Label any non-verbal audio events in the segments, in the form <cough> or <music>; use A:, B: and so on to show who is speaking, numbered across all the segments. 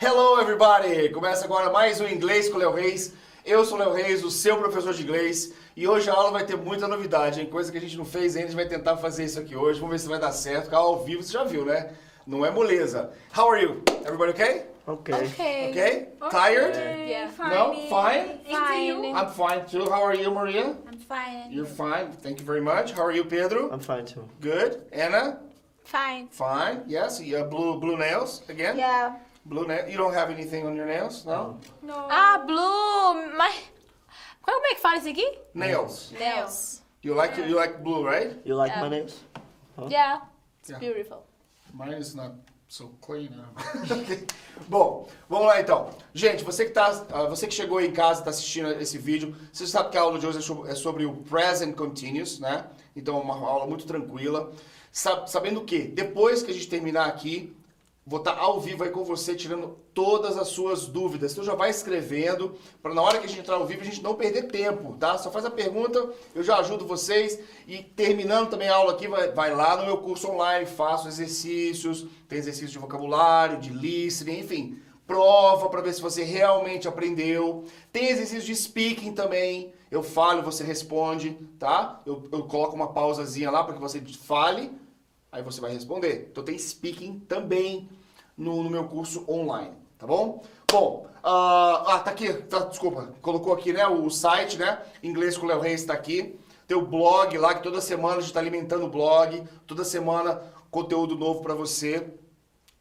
A: Hello, everybody! Começa agora mais um Inglês com o Léo Reis. Eu sou o Léo Reis, o seu professor de inglês, e hoje a aula vai ter muita novidade, hein? Coisa que a gente não fez ainda, a gente vai tentar fazer isso aqui hoje. Vamos ver se vai dar certo. Porque ao vivo você já viu, né? Não é moleza. How are you? Everybody okay?
B: Okay.
C: Okay.
A: Okay? Tired?
C: Yeah. Fine.
A: No? Fine?
C: Fine.
A: I'm fine too. How are you, Maria?
C: I'm fine.
A: You're fine. Thank you very much. How are you, Pedro?
B: I'm fine too.
A: Good. Anna?
C: Fine.
A: Fine. Yes. You have blue blue nails again?
C: Yeah.
A: Blue nail. You don't have anything on your nails? No.
C: No. Ah, blue. Mas como é que fala isso aqui?
A: Nails.
C: Nails.
A: You like you like blue, right?
B: You like my nails?
C: Yeah. It's
A: Yeah.
C: beautiful.
A: Mine is not so clean. <laughs> Bom, vamos lá então. Gente, você que, tá, ah, você que chegou aí em casa e está assistindo esse vídeo, você sabe que a aula de hoje é sobre, é sobre o present continuous, né? Então, é uma aula muito tranquila. Sa- sabendo que, depois que a gente terminar aqui, vou estar ao vivo aí com você, tirando todas as suas dúvidas. Então já vai escrevendo, para na hora que a gente entrar ao vivo, a gente não perder tempo, tá? Só faz a pergunta, eu já ajudo vocês. E terminando também a aula aqui, vai, vai lá no meu curso online, faço exercícios, tem exercício de vocabulário, de listening, enfim. Prova para ver se você realmente aprendeu. Tem exercício de speaking também. Eu falo, você responde, tá? Eu, eu coloco uma pausazinha lá para que você fale Aí você vai responder. Então tem speaking também no, no meu curso online, tá bom? Bom, ah, ah, tá aqui, tá, desculpa, colocou aqui, né, o site, né, Inglês com o Léo Reis tá aqui. Tem o blog lá, que toda semana a gente tá alimentando o blog, toda semana conteúdo novo pra você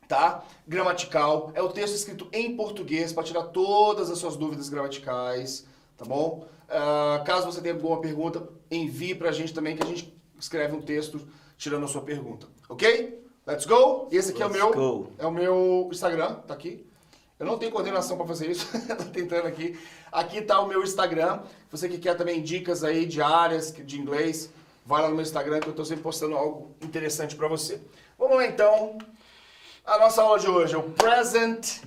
A: tá? Gramatical. É o texto escrito em português para tirar todas as suas dúvidas gramaticais, tá bom? Ah, caso você tenha alguma pergunta, envie pra gente também que a gente escreve um texto tirando a sua pergunta, ok? Let's go! E Esse aqui
B: Let's
A: é o meu,
B: go.
A: é o meu Instagram, tá aqui. Eu não tenho coordenação para fazer isso, <laughs> tô tentando aqui. Aqui tá o meu Instagram. Você que quer também dicas aí de áreas de inglês, vai lá no meu Instagram que eu tô sempre postando algo interessante para você. Vamos lá então. A nossa aula de hoje é o Present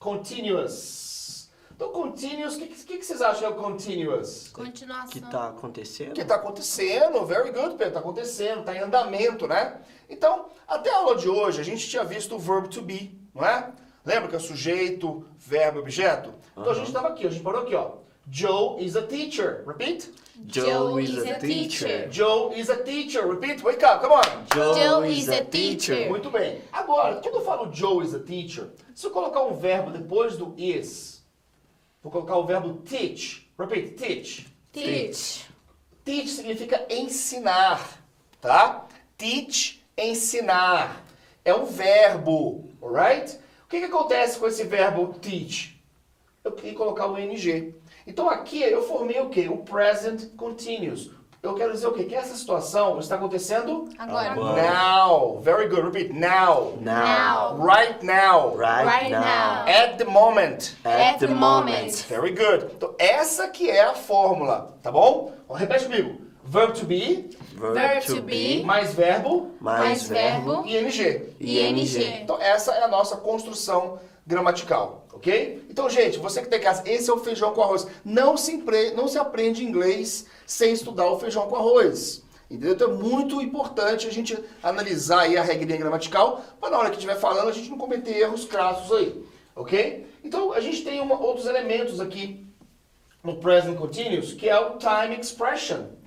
A: Continuous. Então, continuous, o que, que, que vocês acham que é o continuous?
C: Continuação.
B: Que tá
A: O
B: acontecendo?
A: que está acontecendo, very good, Pedro, está acontecendo, está em andamento, né? Então, até a aula de hoje, a gente tinha visto o verbo to be, não é? Lembra que é sujeito, verbo, objeto? Então, a gente estava aqui, a gente parou aqui, ó. Joe is a teacher. Repeat.
B: Joe is a
D: É.
B: teacher.
A: Joe is a teacher. Repeat. Wake up. Come on.
C: Joe is a teacher.
A: Muito bem. Agora, quando eu falo Joe is a teacher, se eu colocar um verbo depois do is, vou colocar o verbo teach. Repeat, teach.
C: Teach.
A: Teach significa ensinar, tá? Teach, ensinar. É um verbo, alright? O que, que acontece com esse verbo teach? Eu queria colocar o ing. Então aqui eu formei o quê? O present continuous. Eu quero dizer o quê? Que essa situação está acontecendo
C: Agora.
B: Agora.
A: now. Very good. Repeat. Now.
B: Now.
A: Right now.
B: Right,
C: Right
B: now.
C: now.
A: At the moment.
C: At the moment.
A: Very good. Então, essa que é a fórmula, tá bom? Ó, Repete comigo. Verbo to be,
B: Verb to be
A: mais verbo,
B: mais
C: mais
B: verbo
C: verbo
A: e ing.
C: ING.
A: Então, essa é a nossa construção gramatical, ok? Então, gente, você que tem casa, esse é o feijão com arroz. Não se, empre... não se aprende inglês sem estudar o feijão com arroz. Entendeu? Então é muito importante a gente analisar aí a regrinha gramatical para na hora que estiver falando a gente não cometer erros crassos aí, ok? Então a gente tem uma- outros elementos aqui no present continuous que é o time expression.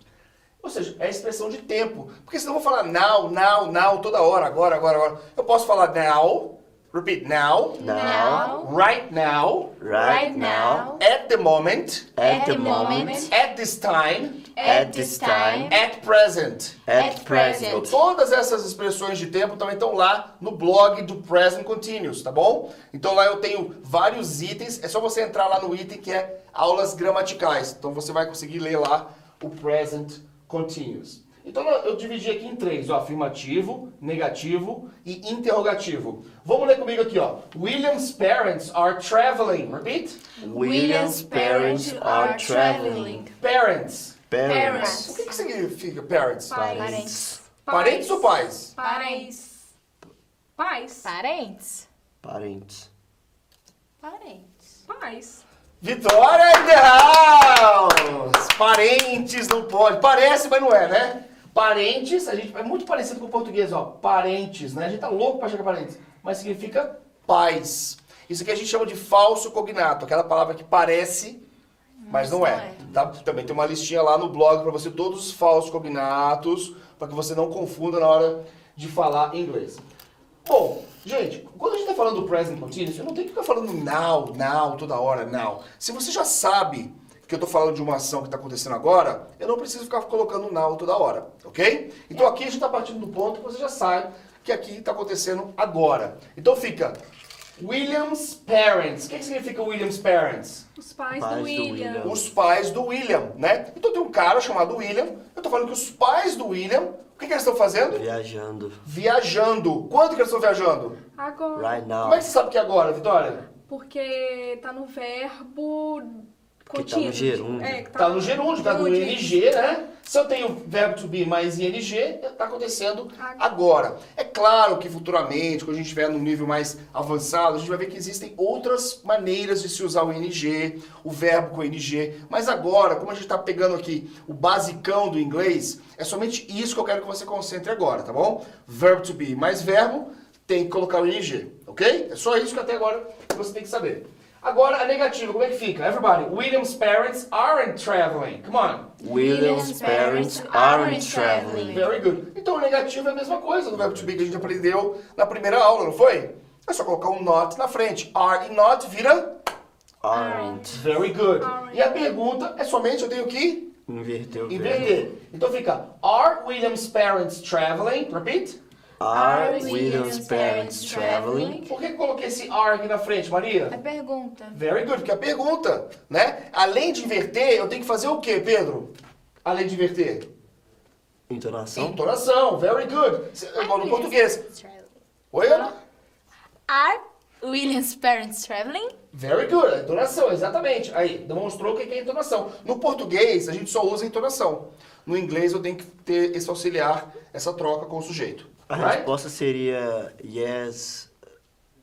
A: Ou seja, é a expressão de tempo. Porque senão eu vou falar now, now, now, toda hora, agora, agora, agora. Eu posso falar now, repeat now,
B: Now.
A: right now,
B: Right
C: Right
B: now.
C: now.
A: at the moment,
B: At the moment.
A: at this time,
C: At this time.
A: at present.
B: At
C: At
B: present.
A: Todas essas expressões de tempo também estão lá no blog do Present Continuous, tá bom? Então lá eu tenho vários itens, é só você entrar lá no item que é aulas gramaticais. Então você vai conseguir ler lá o Present Continuous. Então eu eu dividi aqui em três, ó, afirmativo, negativo e interrogativo. Vamos ler comigo aqui, ó. William's parents are traveling. Repeat.
B: William's parents are traveling.
A: Parents. O
B: Parents.
A: que, que significa parents?
B: Parents.
A: Parentes ou pais?
E: Pais. Pais.
C: Parentes.
B: Parents.
C: Parentes.
E: Pais.
A: Vitória in the house! Parentes não pode. Parece, mas não é, né? Parentes, a gente é muito parecido com o português, ó. Parentes, né? A gente tá louco pra chegar parentes. Mas significa pais. Isso aqui a gente chama de falso cognato, aquela palavra que parece, mas não é. Tá? Também tem uma listinha lá no blog pra você, todos os falsos cognatos, pra que você não confunda na hora de falar inglês. Bom, gente, quando a gente tá falando do present continuous, eu não tenho que ficar falando now, now, toda hora, now. Se você já sabe que eu tô falando de uma ação que tá acontecendo agora, eu não preciso ficar colocando now toda hora, ok? Então aqui a gente tá partindo do ponto que você já sabe que aqui tá acontecendo agora. Então fica William's parents. O que, que significa William's parents?
E: Os pais,
D: Pais
E: do
D: do
E: William.
D: William.
A: Os pais do William, né? Então tem um cara chamado William, eu tô falando que os pais do William, o que, que eles estão fazendo?
D: Viajando.
A: Viajando. Quando que eles estão viajando?
E: Agora,
D: Right now.
A: Como é que você sabe que é agora, Vitória?
E: porque tá no verbo
D: Que tá
E: contínuo.
D: no gerúndio.
E: É, que
A: Tá no gerúndio, tá no
E: gerúndio.
A: ING, né? Se eu tenho verbo to be mais ING, tá acontecendo
E: Agora.
A: agora. É claro que futuramente, quando a gente estiver num nível mais avançado, a gente vai ver que existem outras maneiras de se usar o ING, o verbo com ING. Mas agora, como a gente tá pegando aqui o basicão do inglês, é somente isso que eu quero que você concentre agora, tá bom? Verbo to be mais verbo, tem que colocar o ING, ok? É só isso que até agora você tem que saber. Agora, a negativa, como é que fica? Everybody, William's parents aren't traveling. Come on.
D: William's parents aren't traveling.
A: Very good. Então o negativo é a mesma coisa do verbo to be que a gente aprendeu na primeira aula, não foi? É só colocar um not na frente. Are e not vira
D: Aren't.
A: very good.
E: Aren't.
A: E a pergunta é somente eu tenho que
D: Inverteu o verbo.
A: inverter. Então fica Are William's parents traveling? Repeat.
D: Are William's parents traveling?
A: Por que eu coloquei esse are aqui na frente, Maria?
C: A pergunta.
A: Very good, porque a pergunta, né? Além de inverter, eu tenho que fazer o quê, Pedro? Além de inverter?
D: Entonação?
A: Entonação, very good. Cê- Igual no português. Oi, Ana?
C: Are William's parents traveling?
A: Very good, a entonação, exatamente. Aí, demonstrou o que que é entonação. No português, a gente só usa entonação. No inglês, eu tenho que ter esse auxiliar, essa troca com o sujeito.
D: A
A: Right?
D: resposta seria yes,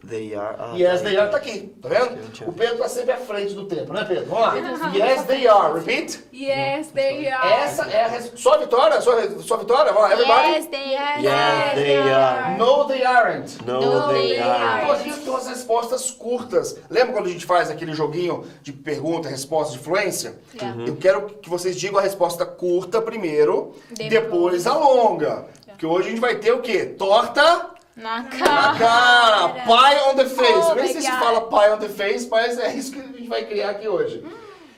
D: they are. Ah,
A: Yes,
D: tá.
A: they are tá aqui, tá
D: Eu
A: vendo?
D: tinha
A: O Pedro tá sempre à frente do tempo, né, Pedro? Vamos lá. Yes, they are. Repeat.
E: Yes, they are.
A: Essa é a resposta. Só a vitória? Só a só a vitória? Vamos lá, everybody.
C: Yes, they are.
D: Yes, they are.
A: No, they aren't.
D: No,
C: No,
D: they,
C: they
D: are.
A: Então, aqui tem umas respostas curtas. Lembra quando a gente faz aquele joguinho de pergunta, resposta, de fluência?
C: Yeah.
A: Eu quero que vocês digam a resposta curta primeiro,
C: Depois.
A: depois a longa. Porque hoje a gente vai ter o quê? Torta
C: Na
A: na
C: cara.
A: cara, pie on the face.
C: Oh
A: Eu nem
C: my
A: sei se
C: God.
A: fala pie on the face, mas é isso que a gente vai criar aqui hoje.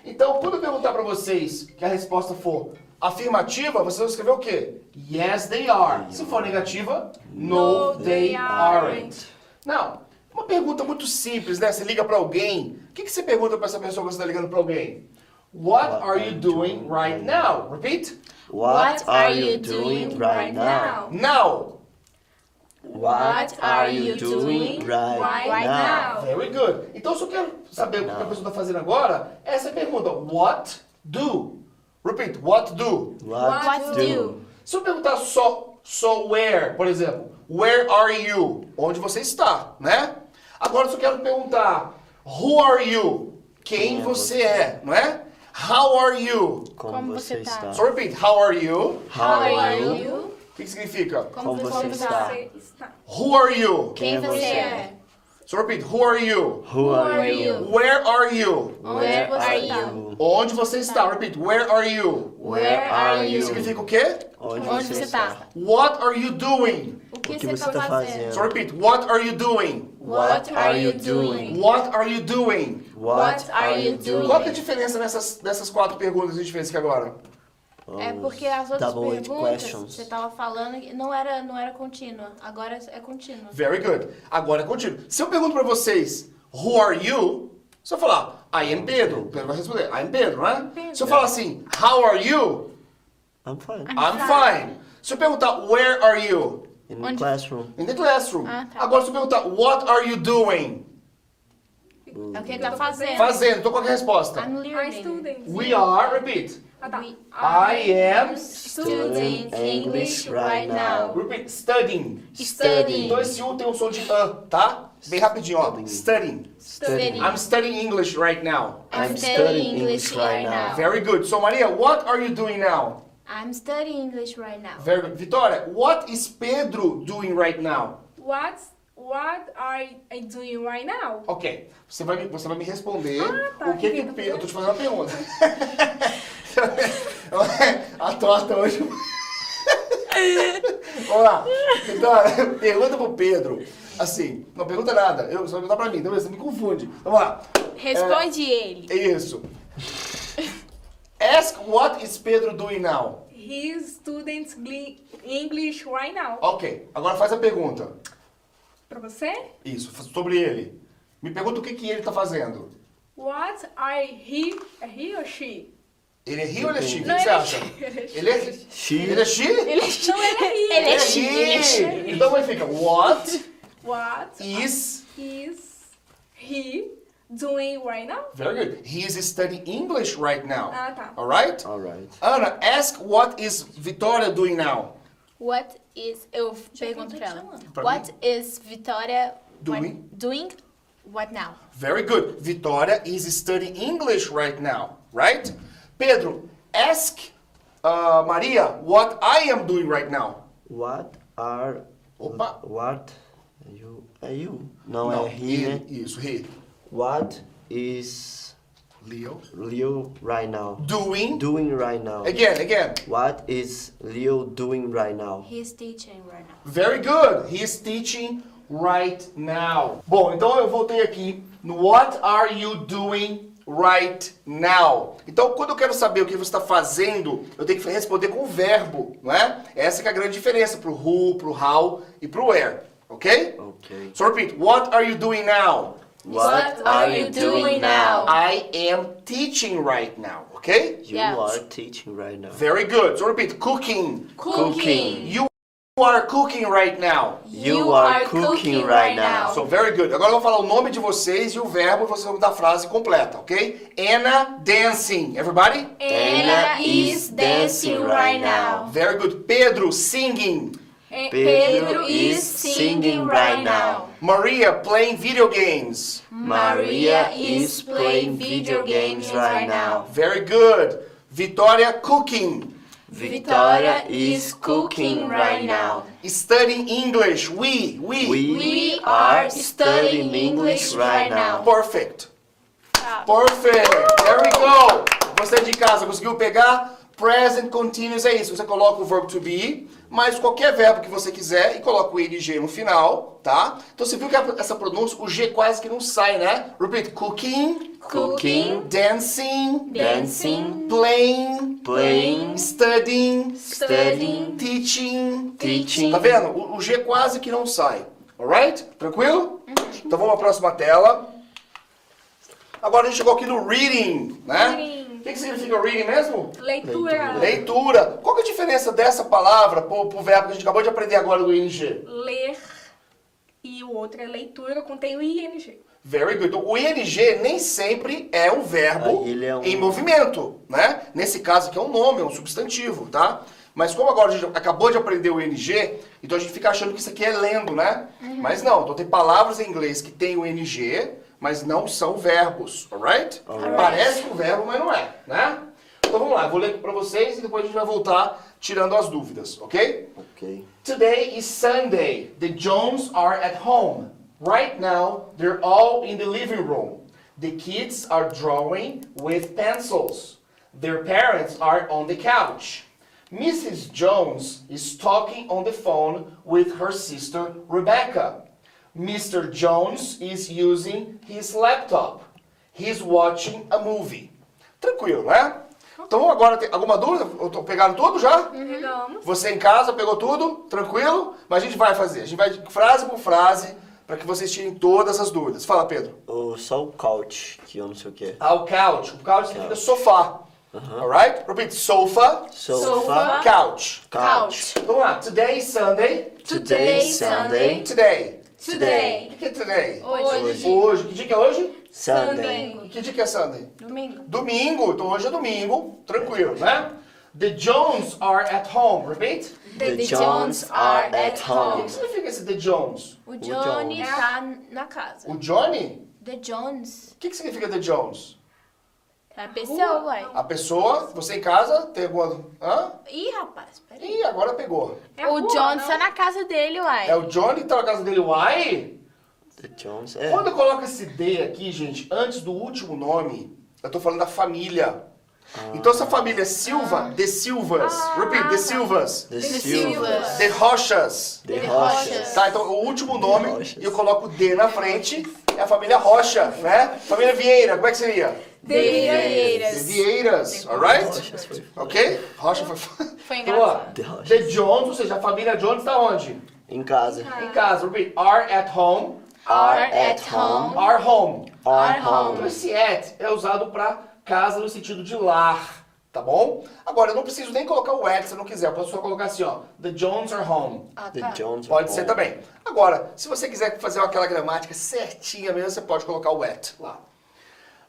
A: Então, quando eu perguntar pra vocês que a resposta for afirmativa, vocês vão escrever o quê? Yes, they are. Se for negativa, no, they,
E: they
A: aren't. Não, uma pergunta muito simples, né? Você liga pra alguém. O que, que você pergunta pra essa pessoa quando você tá ligando pra alguém? What, are you doing right now? Repeat.
D: What are you doing right now?
A: Now.
D: What are you doing right
C: right
D: now?
A: Very good. Então, se eu quero saber o que a pessoa está fazendo agora, essa é a pergunta. What do? Repeat, what do?
C: What do?
A: Se eu perguntar só, só where, por exemplo, where are you? Onde você está, né? Agora, se eu quero perguntar who are you? Quem
D: Quem é
A: você
D: você?
A: é, não é? How are you?
D: Como,
C: Como
D: você
C: você tá?
D: está?
A: So repeat, how are you?
D: How are
C: you?
D: you?
A: O que, que significa?
D: Como você
A: É.
D: está?
E: Você está.
A: Who are you?
C: Quem você é?
A: So repeat, who are you?
D: Who are you?
A: Where are you?
C: Where are you?
A: Onde você está? Repeat, where are you?
D: Where are you?
A: Significa o quê?
D: Onde
C: Onde
D: você
C: você
D: está?
C: tá?
A: What are you doing?
C: O
D: O
C: que
D: que
C: você
D: você
C: está
D: está
C: fazendo?
D: fazendo?
A: So repeat, what are you doing?
D: What are you doing?
A: What are you doing?
D: What are you
A: Qual que é a
D: doing?
A: diferença nessas, dessas quatro perguntas que a gente fez aqui agora?
C: É porque as outras
D: Double eight
C: perguntas
D: questions.
C: você tava falando que não era, não era contínua. Agora é contínua.
A: Very good. Agora é contigo. Se eu pergunto pra vocês, who are you? Se eu falar, I am Pedro. Pedro vai responder, I am Pedro, né? Se eu falar assim, how are you?
D: I'm fine.
A: I'm fine. Se eu perguntar, where are you?
D: In
C: Onde-
D: classroom.
A: In the classroom.
C: Ah, tá.
A: Agora se eu perguntar, what are you doing?
C: É o que ele tá fazendo.
A: Fazendo. Então qual que é a resposta?
C: I'm
E: Are
C: learning.
E: students.
A: We are, repeat.
E: Ah, tá.
B: We-
E: I
B: I
F: am
B: studying English right now.
A: Repeat, studying.
B: Studying.
A: Então esse U tem um som de A, tá? Bem rapidinho, ó. Studying.
B: Studying.
A: I'm studying English right now.
B: I'm studying English right now.
A: Very good. So, Maria, what are you doing now?
B: I'm studying English right now.
A: Very good. Vitória, what is Pedro doing right now?
E: What, what are you doing right now?
A: Ok. Você vai me, você vai me responder
E: Ah, tá,
A: o que que
E: entendo.
A: Pedro... Eu tô te fazendo uma pergunta. <laughs> A torta hoje... <laughs> Vamos lá. Vitória, pergunta pro Pedro. Assim, não pergunta nada. Eu, você vai perguntar pra mim, então você me confunde. Vamos lá.
C: Responde ele.
A: É Isso. Ask what is Pedro doing now?
E: He's studying gli- English right now.
A: Ok, agora faz a pergunta.
E: Pra você?
A: Isso, fa- sobre ele. Me pergunta o que, que ele tá fazendo.
E: What are he, é he or she?
A: Ele é he ou ele é she? O que
E: Não,
A: você
E: ele é
A: acha?
E: she, ele é she.
A: Ele é
D: She.
A: Ele é she?
C: Ele é chi.
E: Não, ele é he.
C: <laughs> Ele é chi.
A: Ele é she. Então ele fica what
C: é
E: What
A: is
E: is he doing right now?
A: very good. He is studying English right now.
E: Ah, tá.
A: Alright?
D: All right.
A: Ana, ask what is Vitória doing now?
C: What is... Eu pergunto pra ela.
A: Pra
C: What is Vitória...
A: Doing.
C: What, doing what now?
A: Very good. Vitória is studying English right now, right? Pedro, ask uh, Maria what I am doing right now.
D: What are
A: Opa.
D: what you are you? Não,
A: Não,
D: é he, né?
A: he, isso, he.
D: What is
A: Leo.
D: Leo right now?
A: Doing.
D: Doing right now.
A: Again, again.
D: What is Leo doing right now?
B: He's teaching right now.
A: Very good. He is teaching right now. Bom, então eu voltei aqui no What are you doing right now? Então, quando eu quero saber o que você está fazendo, eu tenho que responder com o verbo, não é? Essa que é a grande diferença pro who, pro how e pro where, ok?
D: Okay.
A: So repeat. What are you doing now?
B: What are you doing now?
A: I am teaching right now, ok?
D: You
C: Yeah.
D: are teaching right now.
A: Very good. So repeat. Cooking.
B: Cooking.
A: You are cooking right now.
D: You are cooking right now.
A: So very good. Agora eu vou falar o nome de vocês e o verbo e vocês vão dar a frase completa, ok? Anna dancing. Everybody?
B: Anna is dancing right now.
A: Very good. Pedro singing.
E: É
B: Pedro is singing right now.
A: Maria playing video games.
B: Maria is playing video games right now.
A: Very good. Vitória cooking.
B: Victoria is cooking right now.
A: Studying English. We, we.
D: We,
B: We are studying English right now.
A: Perfect. Perfect. There we go. Você de casa conseguiu pegar? Present continuous é isso. Você coloca o verbo to be, mais qualquer verbo que você quiser e coloca o ing no final, tá? Então você viu que a- essa pronúncia, o g quase que não sai, né? Repeat. Cooking,
B: Cooking,
A: dancing,
B: dancing,
A: playing,
D: Playing.
A: studying,
B: studying,
A: teaching,
B: Teaching.
A: Tá vendo? O, o G quase que não sai. Alright? Tranquilo?
B: Uhum.
A: Então vamos à próxima tela. Agora a gente chegou aqui no reading, né?
E: Reading.
A: O que, que significa reading mesmo?
E: Leitura.
A: Leitura. Qual que é a diferença dessa palavra pro, pro verbo que a gente acabou de aprender agora do ing?
E: Ler. E o outro é leitura, contém o ing.
A: Very good. O ing nem sempre é um verbo
D: Ah, ele é um-
A: em movimento, né? Nesse caso aqui é um nome, é um substantivo, tá? Mas como agora a gente acabou de aprender o ing, então a gente fica achando que isso aqui é lendo, né? Mas não, então tem palavras em inglês que tem o ing, mas não são verbos, alright?
D: Alright.
A: Parece um verbo, mas não é, né? Então vamos lá, eu vou ler pra vocês e depois a gente vai voltar tirando as dúvidas, ok?
D: Okay.
A: Today is Sunday. The Jones are at home. Right now, they're all in the living room. The kids are drawing with pencils. Their parents are on the couch. Mrs. Jones is talking on the phone with her sister Rebecca. Mr. Jones is using his laptop. He's watching a movie. Tranquilo, né? Então agora tem alguma dúvida? Eu tô- Pegaram tudo já?
C: Uhum.
E: Pegamos.
A: Você em casa pegou tudo? Tranquilo? Mas a gente vai fazer. A gente vai de frase por frase para que vocês tirem todas as dúvidas. Fala, Pedro.
D: Ou só o couch, que eu não sei o que é.
A: Ah, o couch. O couch significa sofá. Alright? Repeat. Sofa,
D: Sofa,
A: couch.
D: couch.
A: Vamos lá. Today is Sunday.
B: Today, Sunday,
A: Today. O
E: Today.
A: que que é today?
E: Hoje.
A: Hoje. Que dia que é hoje?
D: Sunday.
E: Sunday.
A: Que dia que é Sunday?
E: Domingo.
A: Domingo. Então hoje é domingo. Tranquilo, né? The Jones are at home. Repeat.
D: The Johns are at
A: O
D: home.
A: que significa esse The Jones?
C: O Johnny tá na casa.
A: O Johnny?
C: The Jones.
A: O que que significa The Jones?
C: É a pessoa, ué.
A: A pessoa, você em casa, tem alguma... Hã?
E: Ih, rapaz, peraí.
A: Ih, agora pegou.
E: É
C: o
E: rua,
C: Johnny
E: não?
C: tá na casa dele, uai.
A: É o Johnny que tá na casa dele, uai?
D: The Jones. eh, É.
A: Quando eu coloco esse D aqui, gente, antes do último nome, eu tô falando da família. Então essa família é Silva, de Silvas. Repeat, de Silvas.
D: The
C: Silvas.
D: Silvas.
A: De Rochas.
D: The
C: The
D: Rochas.
A: Tá, então o último nome,
D: Rochas.
A: eu coloco D na frente, é a família Rocha, né? Família Vieira, como é que seria?
E: Deleiras.
A: De Vieiras, alright?
D: Rochas foi-
A: Ok? Rocha foi...
C: Foi
A: Então, ó,
C: É engraçado.
D: The Rochas.
A: The Jones, ou seja, a família Jones tá onde?
D: Em casa.
A: Em casa, repeat, are at home,
D: Are
C: at
D: at home.
A: are home.
D: Are
A: Então
D: home.
A: esse at é usado pra casa no sentido de lar, tá bom? Agora eu não preciso nem colocar o at se eu não quiser, eu posso só colocar assim, ó, the Jones are home.
C: Ah,
D: The
C: tá.
D: Jones.
A: Pode
D: are
A: ser
D: home.
A: também. Agora, se você quiser fazer aquela gramática certinha mesmo, você pode colocar o at lá.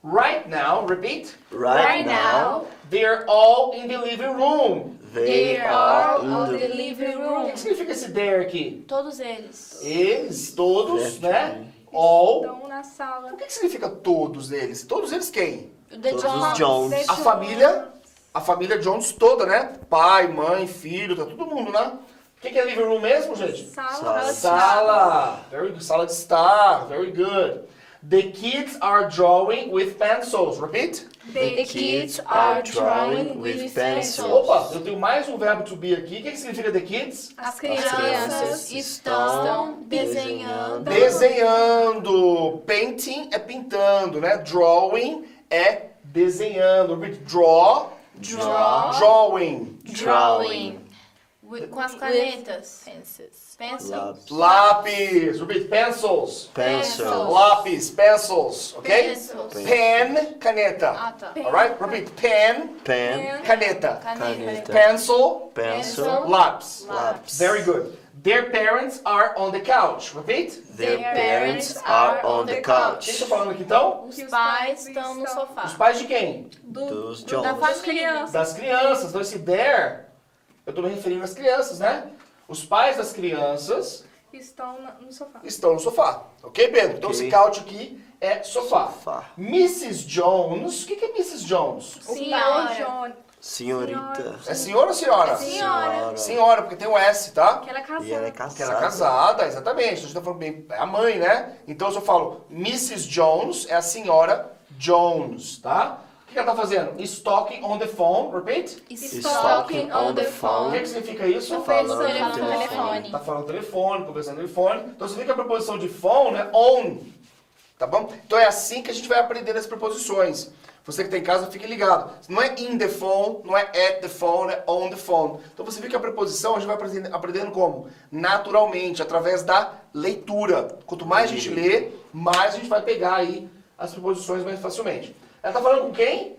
A: Right now, repeat.
D: Right,
B: Right
D: now,
B: now,
A: They are all in the living room.
D: they are
B: all
D: tá in
B: the
D: the
B: living
A: O
B: room.
A: que significa esse there aqui?
C: Todos eles.
A: Eles, todos,
D: Certo.
A: né? All.
E: Estão Então, na sala.
A: O que que significa todos eles? Todos eles quem?
C: The
D: Todos
C: Jones.
D: os Jones.
A: A família, a família Jones toda, né? Pai, mãe, filho, tá todo mundo, né? O que, que é living room mesmo, gente?
E: Sala.
A: Sala. Very good. Sala de estar. Very good. The kids are drawing with pencils. Repeat.
C: The kids are drawing with pencils.
A: Opa, eu tenho mais um verbo to be aqui. O que, que significa the kids?
E: As
C: As
E: crianças.
C: crianças estão desenhando.
D: Então,
A: Desenhando. Painting é pintando, né? Drawing é desenhando. Repeat. Draw.
C: Draw.
A: Drawing.
D: Drawing.
C: Wi- Com as canetas. Pencils.
D: Lápis.
A: Lápis. Repeat. Pencils.
D: Pencil.
A: Lápis, pencils, ok?
C: Pencils.
A: Pen, caneta.
C: Ah, tá.
A: Alright? Repeat. Pen,
D: Pen.
A: caneta.
C: Caneta.
D: Caneta.
A: Pencil,
D: Pencil.
A: lápis.
D: Lápis.
A: Very good. Their parents are on the couch. Repeat.
D: Their parents are on the couch.
A: Quem está falando aqui então?
C: Os pais estão no
A: Os
C: sofá.
A: pais de quem?
D: Dos
E: Do,
D: Jones.
E: da
C: Das
E: família.
A: Das crianças. Então esse there, eu tô me referindo às crianças, né? Os pais das crianças
E: Estão na- no sofá.
A: estão no sofá. Ok, Pedro? Então
D: Ok.
A: esse couch aqui é sofá.
D: Sofá.
A: Mrs. Jones, o que, que é Mrs. Jones?
E: é O
C: Senhora.
E: pai John.
D: Senhorita.
A: É senhor ou senhora?
D: Senhora.
A: Senhora, porque tem um S, tá?
E: Que ela é casada.
D: E ela é
A: Que ela é
D: casada.
A: casada, exatamente. A gente tá falando bem, é a mãe, né? Então se eu falo Mrs. Jones, é a senhora Jones, tá? O que que ela tá fazendo? Is talking on the phone, repeat.
D: Is
C: Talking on the
A: O que, que
C: phone.
A: significa isso?
D: Falando
C: Conversando
D: no
C: no
D: telefone.
A: Tá falando telefone, conversando no telefone. Então você vê que a preposição de phone é on, tá bom? Então é assim que a gente vai aprender as preposições. Você que tá em casa, fique ligado. Não é in the phone, não é at the phone, é on the phone. Então você vê que a preposição a gente vai apresen- aprendendo como? Naturalmente, através da leitura. Quanto mais a gente lê, mais a gente vai pegar aí as preposições mais facilmente. Ela tá falando com quem?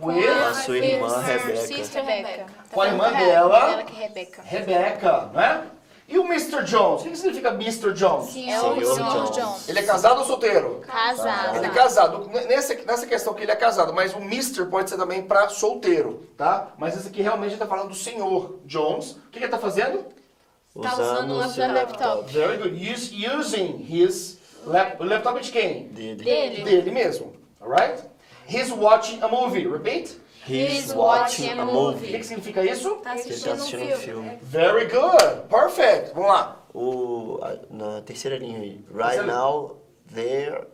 D: A
A: With
D: é sua irmã,
C: Her
D: Rebeca.
C: Sister Rebecca.
A: Com a irmã dela.
C: que é Rebecca.
A: Rebeca, né? E o Mr. Jones? O que que significa Mr. Jones?
C: É o
D: Senhor
C: Senhor
D: Jones.
C: Jones.
A: Ele é casado ou solteiro? Ele é
C: Casada.
A: casado. N- Nessa, nessa questão que ele é casado, mas o Mr. pode ser também pra solteiro, tá? Mas esse aqui realmente tá falando do senhor Jones. O que, que ele tá fazendo?
C: Tá usando o
D: o seu
C: laptop.
A: Very good. Use- using his lap, o laptop de quem?
D: Dele.
C: Dele.
A: Dele mesmo. Alright? He's watching a movie. Repeat.
D: He's watching a
A: O que,
D: movie.
A: que significa isso?
C: Tá
D: Ele tá
C: assistindo um
D: assistindo um
C: filme.
D: filme.
A: Very good. Perfect. Vamos lá.
D: O, a- na terceira linha aí.
A: Terceira
D: Right now, they're...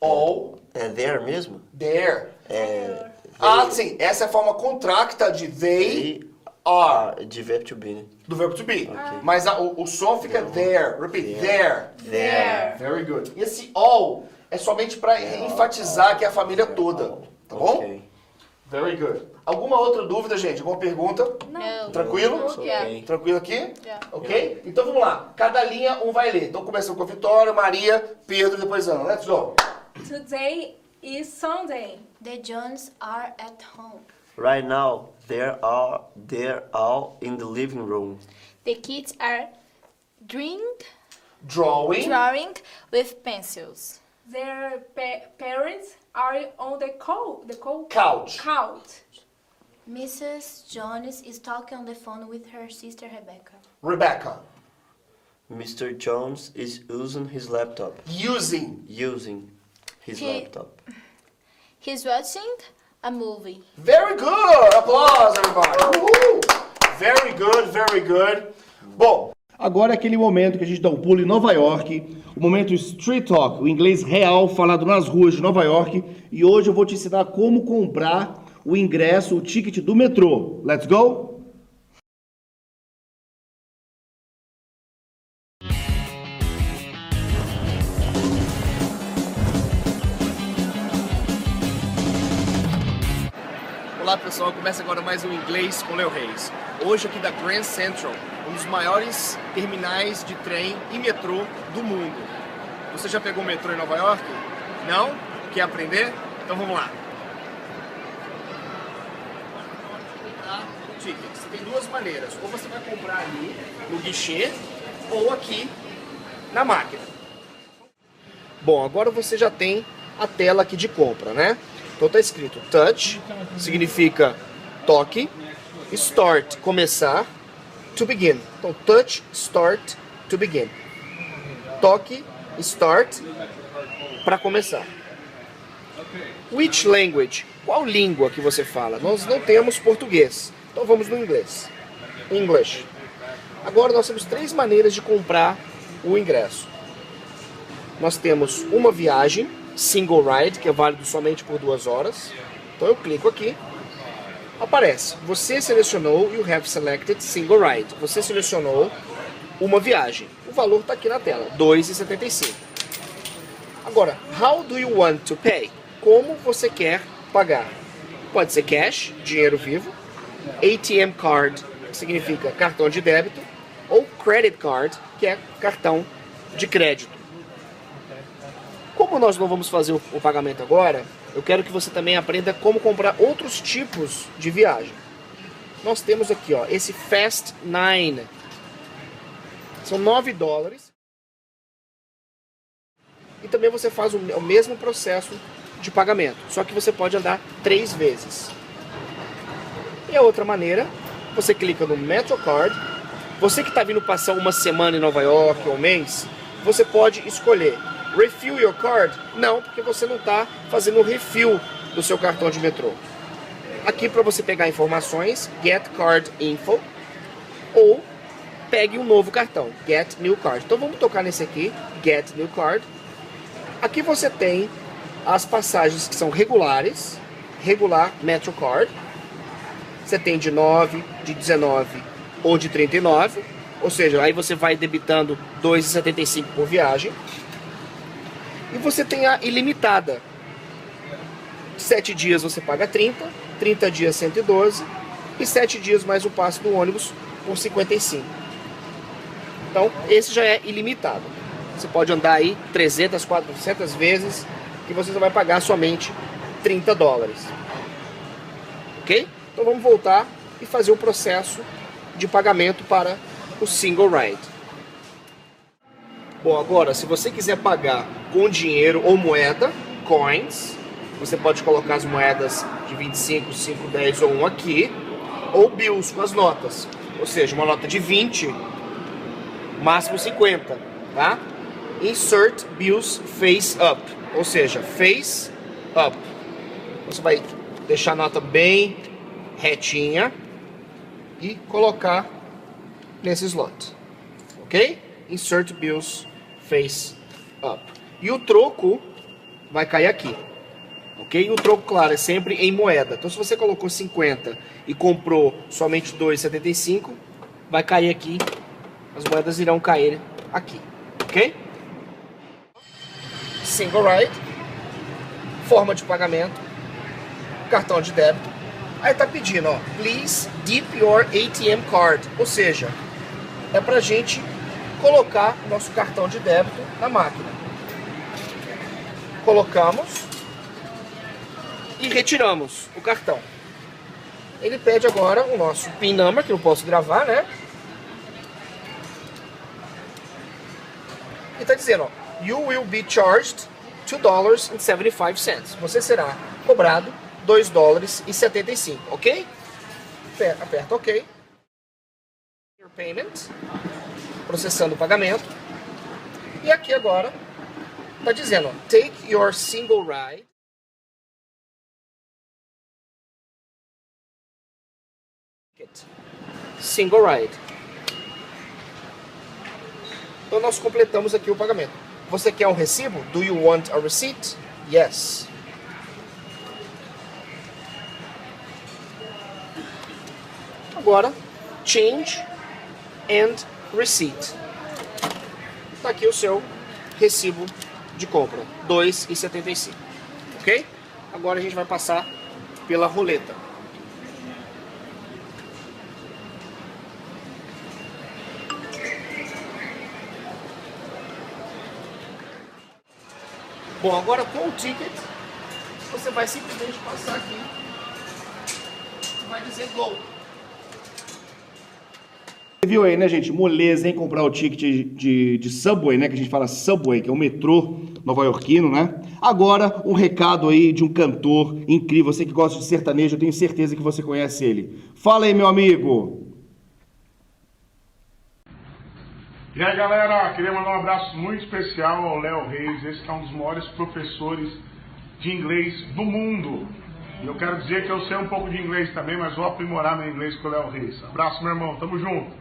A: All
D: É there mesmo?
A: there.
D: É...
A: Ah, sim. Essa é a forma contracta de they
D: They
A: are.
D: are... De verbo to be, né?
A: do verbo to be.
D: Ok.
A: Mas a- o, o som fica there. Repeat, there.
D: There.
A: Very good. E esse all é somente para enfatizar que é a família toda. Tá bom?
D: Ok.
A: Very good. Alguma outra dúvida, gente? Alguma pergunta?
C: Não.
A: Tranquilo?
D: It's
C: Yeah.
D: ok.
A: Tranquilo aqui?
C: Já.
A: Ok? Então vamos lá. Cada linha um vai ler. Então começando com a Vitória, Maria, Pedro, depois Ana. Let's go.
E: Today is Sunday.
C: The Jones are at home.
D: Right now, there are they're all in the living room.
C: The kids are drink
G: Drawing.
C: Drawing with pencils.
E: Their pa- parents are on the co the co
G: Couch.
E: couch.
H: Mrs. Jones is talking on the phone with her sister Rebecca.
G: Rebecca.
D: Mr. Jones is using his laptop.
G: Using.
D: Using his
C: He-
D: laptop.
C: He's watching a movie.
G: Very good. Applause, everybody. Uhul. Very good, very good. Bom,
A: Agora é aquele momento que a gente dá um pulo em Nova York, o momento Street Talk, o inglês real falado nas ruas de Nova York. E hoje eu vou te ensinar como comprar o ingresso, o ticket do metrô. Let's go?
G: olá pessoal, começa agora mais um Inglês com Leo Reis. Hoje aqui da Grand Central, um dos maiores terminais de trem e metrô do mundo. Você já pegou o metrô em Nova York? Não? Quer aprender? Então vamos lá. tickets. Tem duas maneiras. Ou você vai comprar ali no guichê ou aqui na máquina. Bom, agora você já tem a tela aqui de compra, né? Então tá escrito touch, significa toque, start, começar, to begin. Então touch, start, to begin. Toque, start, para começar. Which language? Qual língua que você fala? Nós não temos português. Então vamos no inglês. English. Agora nós temos três maneiras de comprar o ingresso. Nós temos uma viagem, single ride, que é válido somente por duas horas. Então eu clico aqui. Aparece. Você selecionou, you have selected single ride. Você selecionou uma viagem. O valor está aqui na tela, R$ 2,75. Agora, how do you want to pay? Como você quer pagar? Pode ser cash, dinheiro vivo, ATM card, que significa cartão de débito, ou credit card, que é cartão de crédito. Como nós não vamos fazer o o pagamento agora, eu quero que você também aprenda como comprar outros tipos de viagem. Nós temos aqui, ó, esse Fast 9. São 9 dólares. E também você faz o o mesmo processo de pagamento, só que você pode andar três vezes. E a outra maneira, você clica no MetroCard. Você que está vindo passar uma semana em Nova York ou um mês, você pode escolher Refill Your Card? Não, porque você não está fazendo o refill do seu cartão de metrô. Aqui para você pegar informações, Get Card Info ou pegue um novo cartão, Get New Card. Então vamos tocar nesse aqui, Get New Card. Aqui você tem as passagens que são regulares, regular MetroCard. Você tem de 9, de 19 ou de 39. Ou seja, aí você vai debitando 2,75 por viagem. E você tem a ilimitada. 7 dias você paga 30, 30 dias 112 e 7 dias mais o passe do ônibus por 55. Então, esse já é ilimitado. Você pode andar aí 300, 400 vezes que você só vai pagar somente 30 dólares. Ok? Então vamos voltar e fazer o processo de pagamento para o single ride. Bom, agora, se você quiser pagar com dinheiro ou moeda, coins, você pode colocar as moedas de 25, 5, 10 ou 1 aqui, ou bills com as notas. Ou seja, uma nota de 20 máximo 50, tá? Insert bills face up, ou seja, face up. Você vai deixar a nota bem retinha e colocar nesse slot, ok? Insert bills face up. E o troco vai cair aqui, ok? E o troco, claro, é sempre em moeda. Então, se você colocou 50 e comprou somente 2,75, vai cair aqui as moedas irão cair aqui, ok? Single ride, forma de pagamento, cartão de débito. Aí tá pedindo, ó, please dip your ATM card, ou seja, é pra gente colocar o nosso cartão de débito na máquina. Colocamos e retiramos o cartão. Ele pede agora o nosso PIN number, que eu posso gravar, né? E está dizendo, ó, you will be charged $2.75. Você será cobrado 2 dólares e 75, ok? Aper- Aperta ok. Your payment. Processando o pagamento. E aqui agora está dizendo, ó, take your single ride. Single ride. Então nós completamos aqui o pagamento. Você quer um recibo? Do you want a receipt? Yes. Agora, change and receipt. Está aqui o seu recibo de compra, 2,75. Ok? Agora a gente vai passar pela roleta. Bom, agora com o ticket, você vai simplesmente passar aqui e vai dizer go.
A: Você viu aí, né, gente? Moleza, hein? Comprar o ticket de, de, de subway, né? Que a gente fala subway, que é o metrô nova-iorquino, né? Agora, um recado aí de um cantor incrível. Você que gosta de sertanejo, eu tenho certeza que você conhece ele. Fala aí, meu amigo!
I: E aí galera, queria mandar um abraço muito especial ao Léo Reis, esse que é um dos maiores professores de inglês do mundo. E eu quero dizer que eu sei um pouco de inglês também, mas vou aprimorar meu inglês com o Léo Reis. Abraço, meu irmão, tamo junto.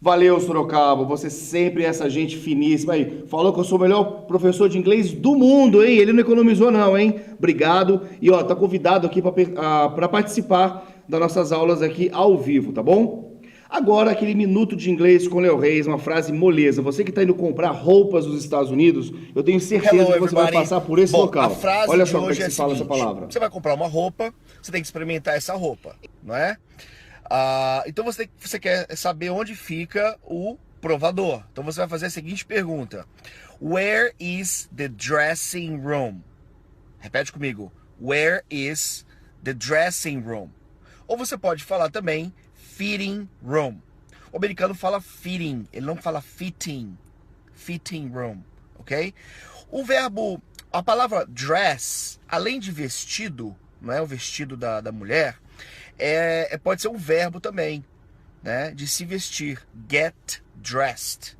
A: Valeu, Sorocaba. Você sempre é essa gente finíssima aí. Falou que eu sou o melhor professor de inglês do mundo, hein? Ele não economizou, não, hein? Obrigado. E ó, tá convidado aqui para participar das nossas aulas aqui ao vivo, tá bom? Agora, aquele minuto de inglês com o Léo Reis, uma frase moleza. Você que está indo comprar roupas dos Estados Unidos, eu tenho certeza
J: Hello,
A: que você vai
J: everybody.
A: passar por esse
J: Bom,
A: local.
J: A frase
A: Olha
J: de
A: só como é
J: hoje
A: que se
J: a
A: fala essa
J: seguinte.
A: palavra.
J: Você vai comprar uma roupa, você tem que experimentar essa roupa, não é? Ah, então você, tem que- você quer saber onde fica o provador. Então você vai fazer a seguinte pergunta: Where is the dressing room? Repete comigo. Where is the dressing room? Ou você pode falar também fitting room. O americano fala fitting, ele não fala fitting. Fitting room, ok? O verbo, a palavra dress, além de vestido, não é o vestido da, da mulher, é, é- pode ser um verbo também, né? De se vestir. Get dressed.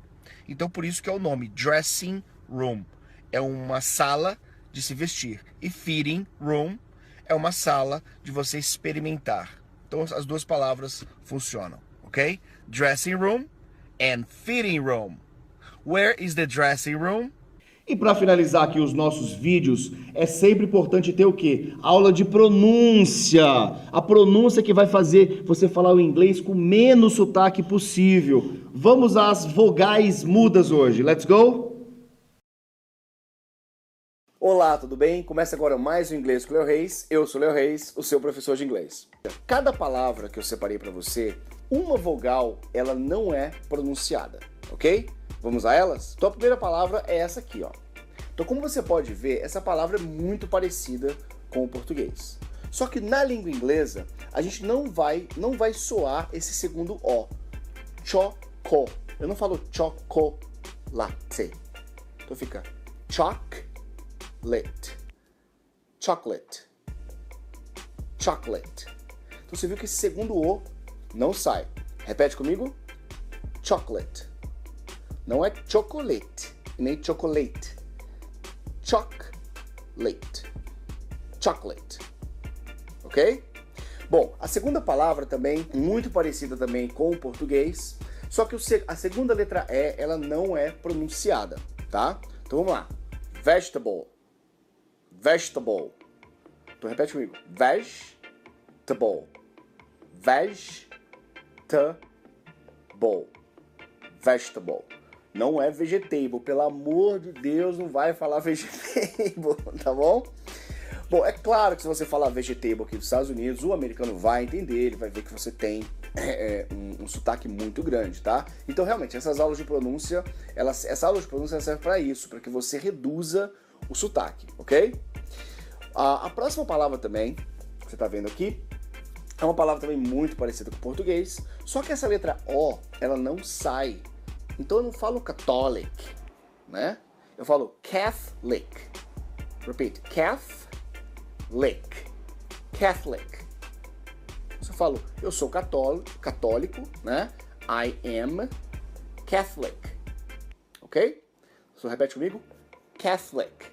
J: Então por isso que é o nome dressing room. É uma sala de se vestir. E fitting room é uma sala de você experimentar. Então as duas palavras funcionam, ok? Dressing room and fitting room. Where is the dressing room?
A: E para finalizar aqui os nossos vídeos, é sempre importante ter o quê? Aula de pronúncia. A pronúncia que vai fazer você falar o inglês com menos sotaque possível. Vamos às vogais mudas hoje. Let's go?
G: Olá, tudo bem? Começa agora mais o Inglês com o Léo Reis. Eu sou o Léo Reis, o seu professor de inglês. Cada palavra que eu separei para você, uma vogal, ela não é pronunciada, ok? Vamos a elas? Então a primeira palavra é essa aqui, ó. Então como você pode ver, essa palavra é muito parecida com o português. Só que na língua inglesa, a gente não vai, não vai soar esse segundo O. Choco. Eu não falo chocolate. Então fica choc chocolate. Chocolate. Chocolate. Então você viu que esse segundo O não sai. Repete comigo. Chocolate. Não é chocolate, e nem chocolate. Chocolate. Chocolate. Ok? Bom, a segunda palavra também, muito parecida também com o português, só que o se- a segunda letra E, ela não é pronunciada, tá? Então vamos lá. Vegetable. Vegetable. Então repete comigo. Vegetable. Vegetable. Vegetable. Não é vegetable, pelo amor de Deus, não vai falar <laughs> vegetable, tá bom? Bom, é claro que se você falar vegetable aqui dos Estados Unidos, o americano vai entender, ele vai ver que você tem é, é, um, um sotaque muito grande, tá? Então, realmente, essas aulas de pronúncia, elas, essa aula de pronúncia serve para isso, para que você reduza o sotaque, ok? A, a próxima palavra também, que você tá vendo aqui, É uma palavra também muito parecida com o português, só que essa letra O, ela não sai. Então eu não falo Catholic, né? Eu falo Catholic. Repeat, Catholic. Catholic. Se eu falo, eu sou católico, católico, né? I am Catholic. Ok? Você repete comigo? Catholic.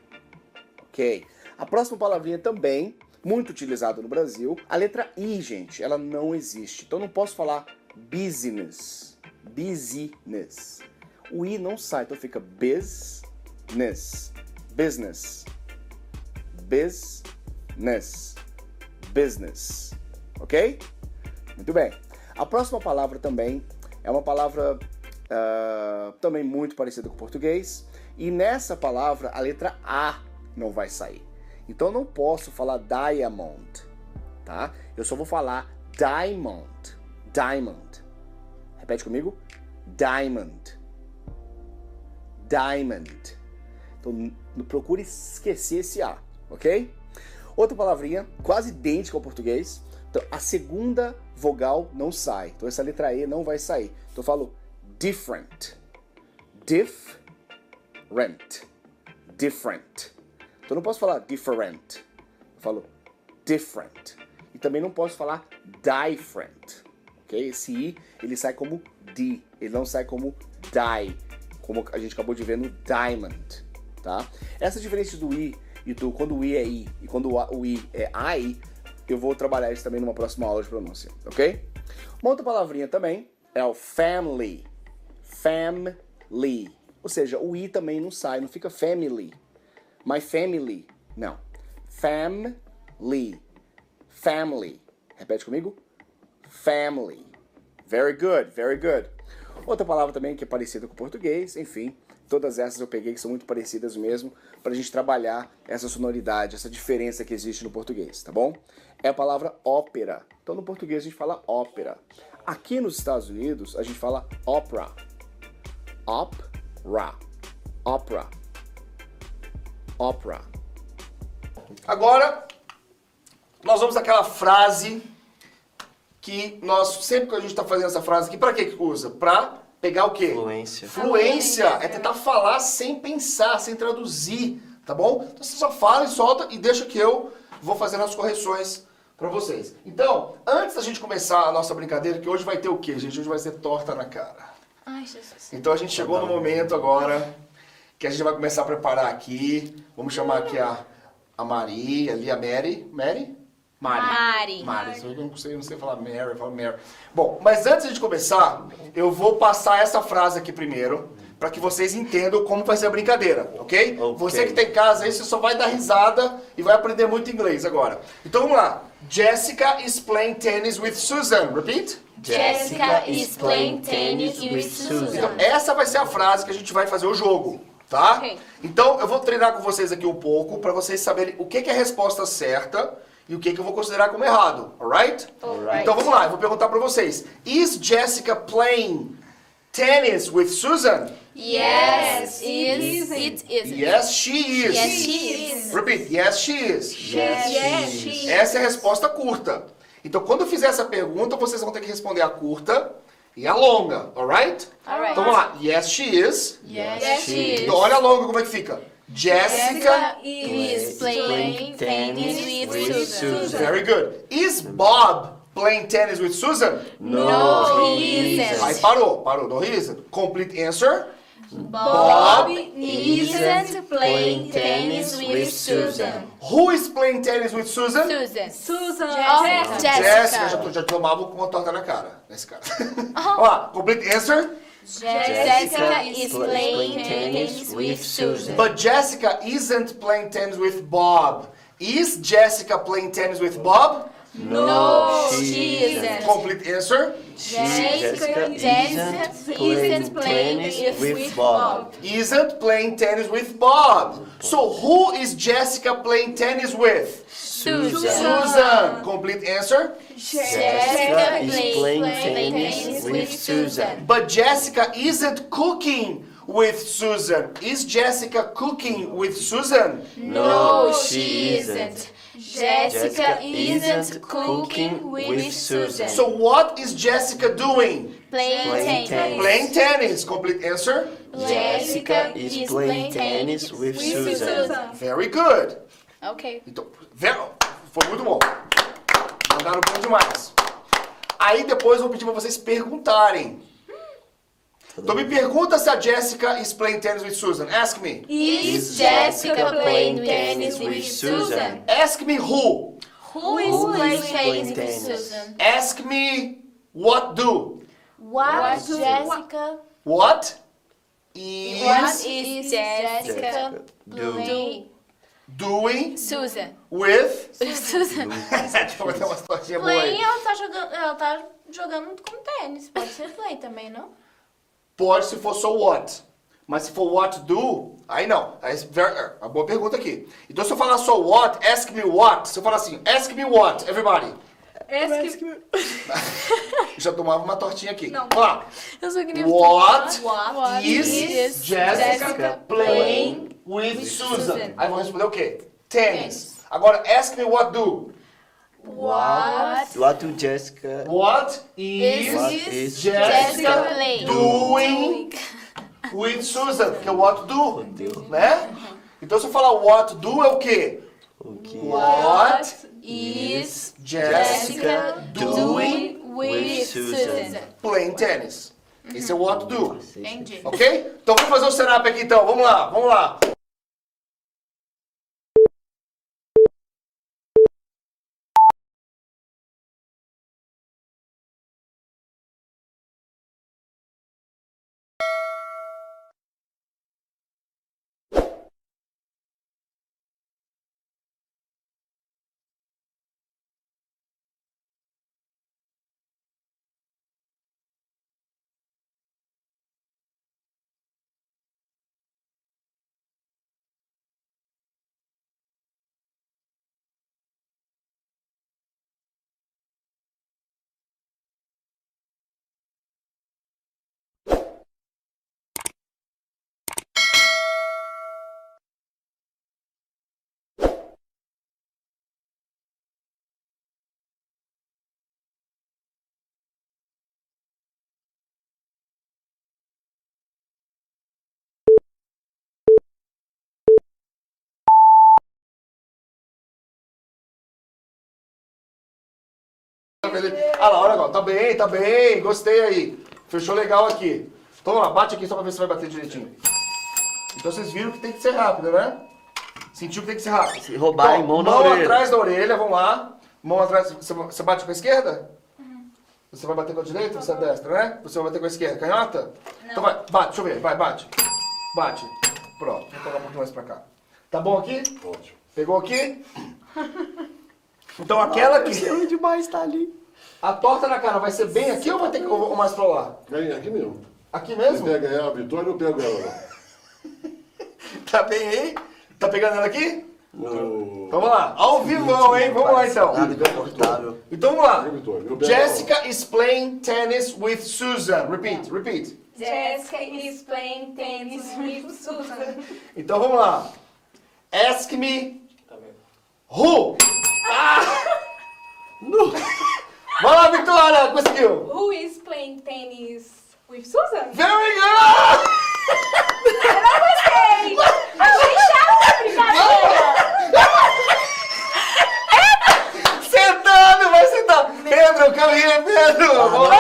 G: Ok. A próxima palavrinha também, muito utilizada no Brasil, a letra I, gente, ela não existe. Então eu não posso falar business. Business. O I não sai, então fica business. Business. Business. Business. Ok? Muito bem. A próxima palavra também é uma palavra ah, também muito parecida com o português. E nessa palavra, a letra A não vai sair. Então eu não posso falar diamond, tá? Eu só vou falar diamond. Diamond. Repete comigo. Diamond. Diamond. Então n- procure esquecer esse A, ok? Outra palavrinha, quase idêntica ao português. Então, a segunda vogal não sai. Então essa letra E não vai sair. Então eu falo different. Different. Different. Então eu não posso falar different. Eu falo different. E também não posso falar different. Ok? Esse I ele sai como D. Ele não sai como die. Como a gente acabou de ver no diamond. Tá? Essa diferença do I e do quando o I é I e quando o A- o I é I, eu vou trabalhar isso também numa próxima aula de pronúncia. Ok? Uma outra palavrinha também é o family family. Ou seja, o i também não sai, não fica family. My family. Não. Family. Family. Repete comigo. Family. Very good, very good. Outra palavra também que é parecida com o português, enfim, todas essas eu peguei que são muito parecidas mesmo, para a gente trabalhar essa sonoridade, essa diferença que existe no português, tá bom? É a palavra ópera. Então no português a gente fala ópera. Aqui nos Estados Unidos a gente fala opera. Opera. Opera. Opera.
A: Agora, nós vamos àquela frase que nós, sempre que a gente
G: tá
A: está fazendo essa frase aqui, para que que usa? Para pegar o quê?
D: Fluência.
A: Fluência é tentar falar sem pensar, sem traduzir, tá bom? Então você só fala e solta e deixa que eu vou fazendo as correções pra vocês. Então, antes da gente começar a nossa brincadeira, que hoje vai ter o quê, gente? Hoje vai ser torta na cara.
B: Ai, Jesus.
A: Então a gente chegou no momento agora que a gente vai começar a preparar aqui. Vamos chamar aqui a, a Maria, ali a Mary. Mary?
C: Mari.
A: Mari. Eu não sei, eu não sei falar Mary, eu falo Mary. Bom, mas antes de a gente começar, eu vou passar essa frase aqui primeiro, para que vocês entendam como vai ser a brincadeira, ok?
D: Ok.
A: Você que tá em casa aí, você só vai dar risada e vai aprender muito inglês agora. Então vamos lá. Jessica is playing tennis with Susan. Repeat.
C: Jessica is playing tennis with
A: Então,
C: Susan.
A: essa vai ser a frase que a gente vai fazer o jogo, tá?
C: Ok.
A: Então, eu vou treinar com vocês aqui um pouco pra vocês saberem o que, que é a resposta certa e o que, que eu vou considerar como errado, alright?
C: Alright.
A: Então, vamos lá, eu vou perguntar pra vocês. Is Jessica playing tennis with Susan?
C: Yes, is, it is.
A: Yes, she is.
C: Yes, she is.
A: Repeat, yes, she is.
D: Yes.
A: Essa é a resposta curta. Então, quando eu fizer essa pergunta, vocês vão ter que responder a curta e a longa, alright?
C: Alright.
A: Então, vamos lá. Yes, she is.
C: Yes, she is.
A: Então, olha a longa como é que fica. Jessica.
C: Is playing tennis with Susan.
A: Very good. Is Bob playing tennis with Susan?
C: No, he
A: Aí
C: isn't.
A: parou, parou, no reason. Complete answer.
C: Bob isn't playing tennis with Susan.
A: Who is playing tennis with Susan?
C: Susan.
E: Susan.
C: Oh,
A: Jessica, já,
C: Jessica.
A: tô- já tomava com uma torta na cara, nesse <laughs> cara. Ó lá, complete answer.
C: Jessica is playing tennis with Susan.
A: But Jessica isn't playing tennis with Bob. Is Jessica playing tennis with Bob?
C: No, she isn't.
A: Complete answer.
C: Jessica isn't playing tennis with Bob.
A: Isn't playing tennis with Bob. So who is Jessica playing tennis with?
C: Susan.
A: Susan. Complete answer.
C: Jessica
D: is
C: plays
D: playing
C: tennis with Susan.
A: But Jessica isn't cooking with Susan. Is Jessica cooking with Susan?
C: No, she isn't.
B: Jessica isn't cooking with Susan.
A: So what is Jessica doing?
C: Playing
B: Playing
C: tennis.
B: tennis.
A: Playing tennis. Complete answer.
B: Jessica is playing tennis with Susan.
A: Very good.
C: Ok.
A: Então, ve- foi muito bom. Mandaram bem demais. Aí depois eu vou pedir pra vocês perguntarem. Então me pergunta se a Jessica is playing tennis with Susan. Ask me.
B: Is Jessica playing tennis with Susan?
A: Ask me who.
B: Who is playing tennis with Susan?
A: Ask me what do.
B: What Jessica?
A: What is
B: What is Jessica doing? <laughs>
A: doing
C: Susan.
A: <laughs> with...
C: Susan.
A: Vou dar uma historinha boa aí.
B: Play, ela tá jogando, ela tá jogando com tênis. Pode ser play também, não?
A: Pode se for so what. Mas se for what do, aí não. Aí, é ver- é uma boa pergunta aqui. Então se eu falar so what, ask me what. Se eu falar assim, ask me what, everybody.
E: Ask
A: Já tomava uma tortinha aqui.
E: Não.
A: Vamos lá.
C: Eu sou que
A: What,
C: What
A: is,
C: is
A: Jessica,
C: Jessica
A: playing with Susan?
C: Susan?
A: Aí eu vou responder o quê? Tênis. Agora, ask me what do.
C: What
D: What do Jessica?
A: What is,
D: What is
A: Jessica
C: Jessica playing?
A: doing with Susan? Que é what do, né? Então se eu falar what do é o quê?
D: O que
A: What
C: is
A: Jessica doing
C: with Susan?
A: playing tennis? Esse é o what do,
C: Entendi.
A: ok? Então vamos fazer o setup aqui então, vamos lá, vamos lá. Ah lá, olha agora, tá bem, tá bem, gostei aí. Fechou legal aqui. Então vamos lá, bate aqui só pra ver se vai bater direitinho. Então vocês viram que tem que ser rápido, né? Sentiu que tem que ser rápido.
D: Se roubar
A: Então,
D: em mão na orelha.
A: atrás da orelha, vamos lá. Mão atrás, você- você bate com a esquerda? Você vai bater com a direita? Você é destra, né? Você vai bater com a esquerda, canhota? Então vai, bate, deixa eu ver, vai, bate. Bate. Pronto, vou colocar um pouquinho mais pra cá. Tá bom aqui? Ótimo. Pegou aqui? Então aquela que...
D: demais tá ali.
A: A torta na cara vai ser bem aqui ou vai ter que ou mais pra lá?
K: Ganhei aqui mesmo.
A: Aqui
K: Se
A: mesmo?
K: pega ela, a vitória, eu pego ela.
A: Tá bem aí? Tá pegando ela aqui?
K: O...
A: Então vamos lá. Ao vivão, hein? Vamos lá então.
D: Nada confortável.
A: Então vamos lá.
K: Vitória, eu pego
A: Jessica is playing tennis with Susan. Repeat, repeat.
E: Jessica is playing tennis with Susan.
A: Então vamos lá. Ask me who? Ah! No. <laughs> Vai lá, Vitória! Conseguiu!
E: Who is playing tennis with Susan?
A: Very good!
E: Ei, eu achei chato
A: <laughs> Sentando, vai sentar! Pedro, calma aí, Pedro! Vamos É lá!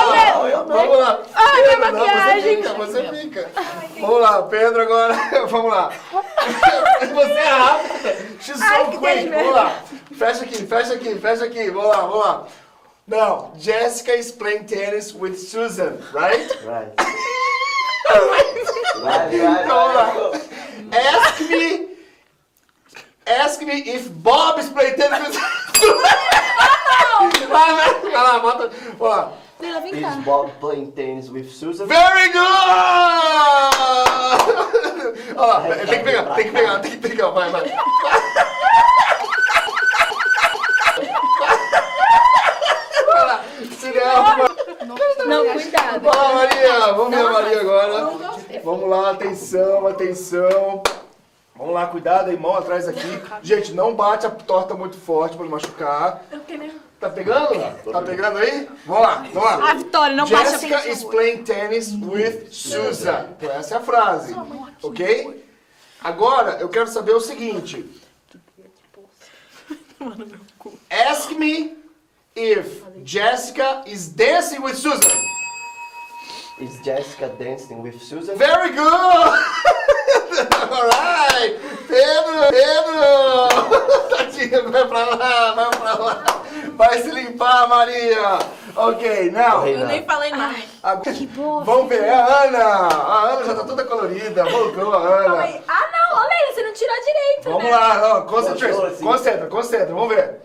A: Vamos lá! Ah, minha maquiagem! Você fica, você fica! Vamos lá, Pedro agora, <laughs> vamos lá! Você é rápida! She's so quick! Vamos lá! Fecha aqui, fecha aqui, fecha aqui! Vamos lá, vamos lá! Now, Jessica is playing tennis with Susan, right? <laughs>
D: Vai. Vai, vai,
A: Então,
D: vai.
A: vamos lá. Ask me. Ask me if Bob is playing tennis with Susan. Vai, vai, vai lá, bota. Vamos lá.
D: Is Bob playing tennis with Susan?
A: Very <laughs> good! Olha lá, tem que pegar, tem que pegar, tem que pegar, vai, vai. Vai lá, Cinema.
E: Não, cuidado.
A: Vamos lá, Maria! Vamos ver a Maria agora. Vamos lá, atenção, atenção. Vamos Vamos lá, cuidado aí, mão atrás aqui. Gente, não bate a torta muito forte pra não machucar.
E: Eu fiquei nervosa.
A: Tá pegando? Tá pegando aí? Vamos lá, vamos lá.
C: A Vitória, não baixa a
A: Jessica
C: frente,
A: is
C: não.
A: playing tennis with Susan. Então, essa é a frase, ok? Agora, eu quero saber o seguinte. Ask me if Jessica is dancing with Susan.
D: Is Jessica dancing with Susan?
A: Very good! <laughs> Alright! Pedro, Pedro! <laughs> Tadinha, vai pra lá, vai pra lá. Vai se limpar, Maria! Ok, não.
E: Eu nem falei nada.
A: Agora, <laughs> vamos ver, é a Ana! A Ana já tá toda colorida, voltou a Ana.
E: Falei, ah não, olha aí, você não tirou direito,
A: Vamos
E: né?
A: lá, não, concentra,
D: Gostou, assim?
A: concentra, concentra, vamos ver.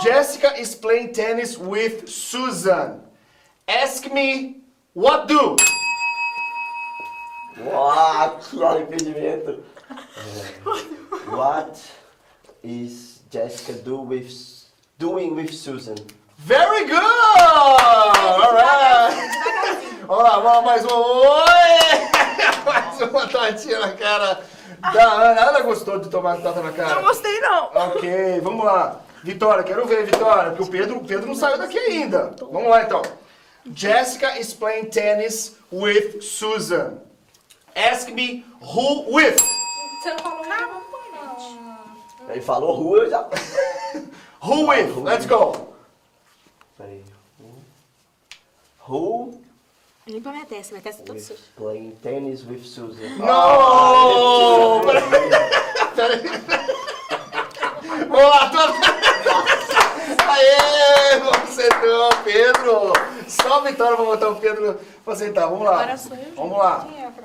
A: Jessica is playing tennis with Susan. Ask me, what do?
D: Uau, que arrependimento! Eh, What is Jessica do with, doing with Susan?
A: Very good! Alright! Vamos lá, vamos lá, mais uma. Oi! <laughs> Mais uma tortinha na cara da Ana. A Ana gostou de tomar torta na cara. Não gostei, não. Ok, vamos lá. Vitória, quero ver, Vitória, porque o Pedro, o Pedro não saiu daqui ainda. Vamos lá, então. Jessica is playing tennis with Susan. Ask me who with.
E: Você não falou nada? Não foi, não.
D: Ele falou rua, eu já.
A: <laughs> Who with? Let's go.
D: Peraí. Who, who
E: Limpa minha testa, minha testa toda
D: is
E: suja.
D: playing tennis with Susan?
A: No! Peraí. Vamos lá, todo Aê, você deu, Pedro! Só a vitória pra botar o Pedro pra sentar. Vamos lá.
E: sou eu,
A: Vamos lá.
E: Quem é, Fran?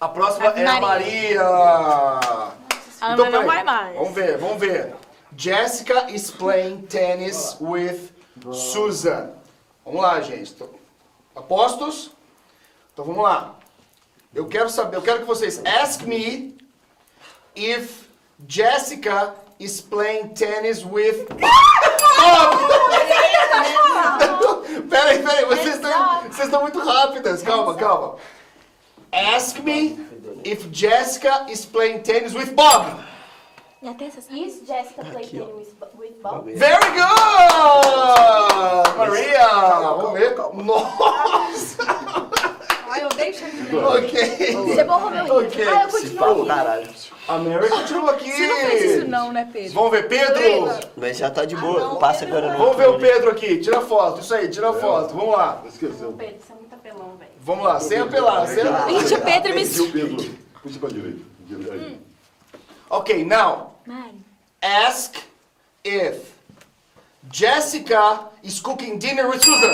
A: A próxima é a Maria.
C: Ela
A: Então,
C: não
A: peraí.
C: vai mais.
A: Vamos ver, vamos ver. Jessica is playing tennis with Susan. Vamos lá, gente. Tô- Apostos? Então vamos lá. Eu quero saber, eu quero que vocês ask me if Jessica is playing tennis with Peraí, peraí, vocês estão, vocês estão muito rápidas. Calma, calma. Ask me if Jessica is playing tennis with Bob.
B: Minha testa Is
C: Tá
B: Jessica playing tennis with Bob?
A: Very good! Maria! Vamos ver. Nossa!
E: Ai, eu deixo aqui.
A: Ok.
B: Você borrou meu livro.
A: Ok.
B: Ah, eu
D: Se
B: continuo.
D: fala, caralho.
A: A Mary continua aqui.
E: Você não fez isso não, né, Pedro?
A: Vamos ver, Pedro.
D: <laughs> Mas já tá de boa, passa agora no.
A: Vamos ver o Pedro aqui. Tira foto. Isso aí, tira foto. Vamos lá.
K: Esqueceu.
E: Pedro, você é muito apelão, velho.
A: Vamos lá, sem apelar. Sem apelar.
C: Gente, o Pedro me. Hum.
K: E o Pedro? Puxa pra direita. Direita, aí.
A: Ok, now
B: Mari.
A: ask if Jessica is cooking dinner with Susan.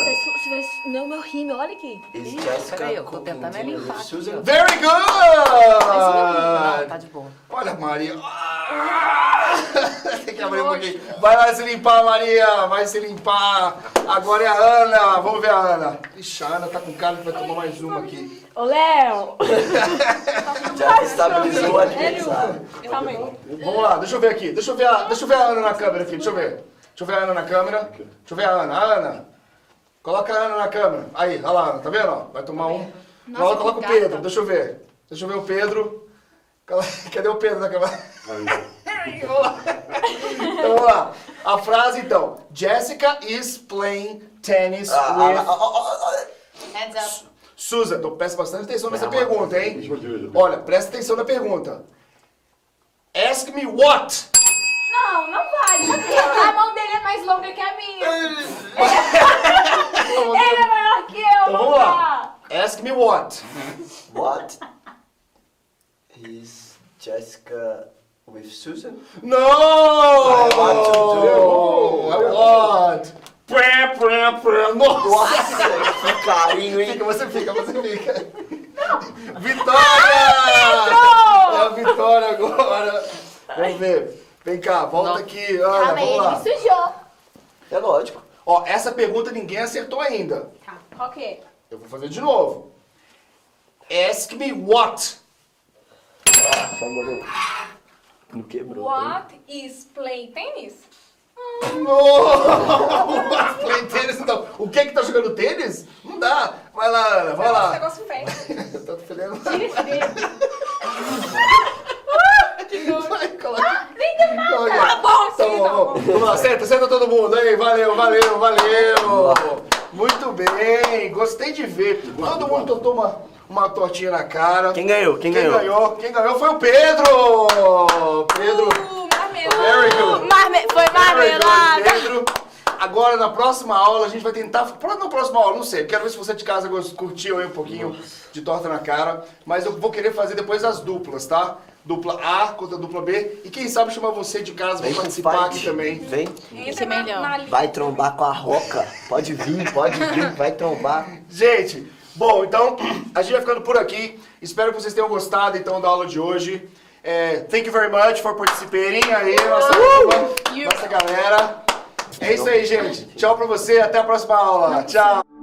B: Não, meu rímel, olha aqui.
D: Is Jessica
C: Peraí, eu tô
D: cooking
C: tentando é
D: dinner with
C: limpar aqui,
D: Susan?
A: Very
C: Não,
A: good!
C: tá de boa.
A: Olha, Maria.
C: <laughs>
A: Ah! Tem que abrir um pouquinho. Vai lá se limpar, Maria. Vai se limpar. Agora é a Ana. Vamos ver a Ana. Ixi, a Ana tá com cara que vai tomar mais uma aqui.
E: Ô, Léo!
A: <laughs>
D: Já estabilizou a adversário.
E: É, Calma aí.
A: Vamos lá, deixa eu ver aqui. Deixa eu ver a, deixa eu ver a Ana na câmera aqui. Deixa eu ver. Deixa eu ver a Ana na câmera. Deixa eu ver a Ana. A Ana. Coloca a Ana na câmera. Aí, olha lá, Ana. Tá vendo? ó? Vai tomar um. Agora
B: que
A: coloca o
B: gata.
A: Pedro. Deixa eu ver. Deixa eu ver o Pedro. <laughs> Cadê o Pedro na câmera?
K: Aí.
A: Então vamos lá. A frase então. Jessica is playing tennis
D: Ah,
A: with
D: ah, ah, ah, ah, ah.
C: Heads up.
A: Susan. Então presta bastante atenção nessa
D: Não,
A: pergunta,
K: Puxa pra
A: hein?
K: direita.
A: Olha, presta atenção na pergunta. Ask me what?
E: Não, não vale. A mão dele é mais longa que a minha.
A: Então
E: <laughs> Ele é maior que eu,
A: vamos lá. Ask me what?
D: What is Jessica with <laughs> Susan?
A: No!
D: I want to do.
A: I want. É Pré, pré, pré. Nossa!
D: que carinho, hein?
A: Fica, você fica,
B: <laughs>
A: você fica.
B: Ah,
A: Vitória! É a vitória agora. Vamos ver. Vem cá, volta aqui. Ana,
B: Calma aí,
A: vamos
B: ele me
A: lá.
B: sujou.
D: É lógico.
A: Ó, essa pergunta ninguém acertou ainda.
E: Tá, qual que é?
A: Eu vou fazer de novo. Ask me what?
D: Não quebrou.
E: What is play tennis?
A: Nossa, play tênis então. O que é que tá jogando tênis? Não dá. Vai lá, Ana, vai
E: Esse
A: lá. <laughs>
E: negócio feio.
B: <laughs>
A: Eu tô filhando.
E: Tira esse dedo.
A: Que tá Vamos lá, senta, senta todo mundo aí. Valeu, valeu, valeu. Muito bem, gostei de ver. Todo mundo tortou uma, uma tortinha na cara.
D: Quem ganhou? Quem ganhou?
A: Quem ganhou foi o Pedro! Pedro.
E: Uh, marmelada.
A: Very good.
C: Marme... Foi
E: Uh,
C: marmelada.
A: Pedro. Agora, na próxima aula, a gente vai tentar. Pro- Na próxima aula, não sei. Quero ver se você de casa gost- curtiu aí um pouquinho de torta na cara. Mas eu vou querer fazer depois as duplas, tá? Dupla A contra dupla B. E quem sabe chamar você de casa pra
D: Vem com
A: participar aqui
D: fight.
A: também.
D: Vem.
E: Entra
C: é melhor.
E: na, na li-
D: Vai trombar com a roca. Pode vir, pode vir. Vai trombar.
A: Gente, bom, então a gente vai ficando por aqui. Espero que vocês tenham gostado então da aula de hoje. É, thank you very much for participating aí, nossa, turma, nossa galera. É isso aí, gente. Tchau pra você, até a próxima aula. Tchau.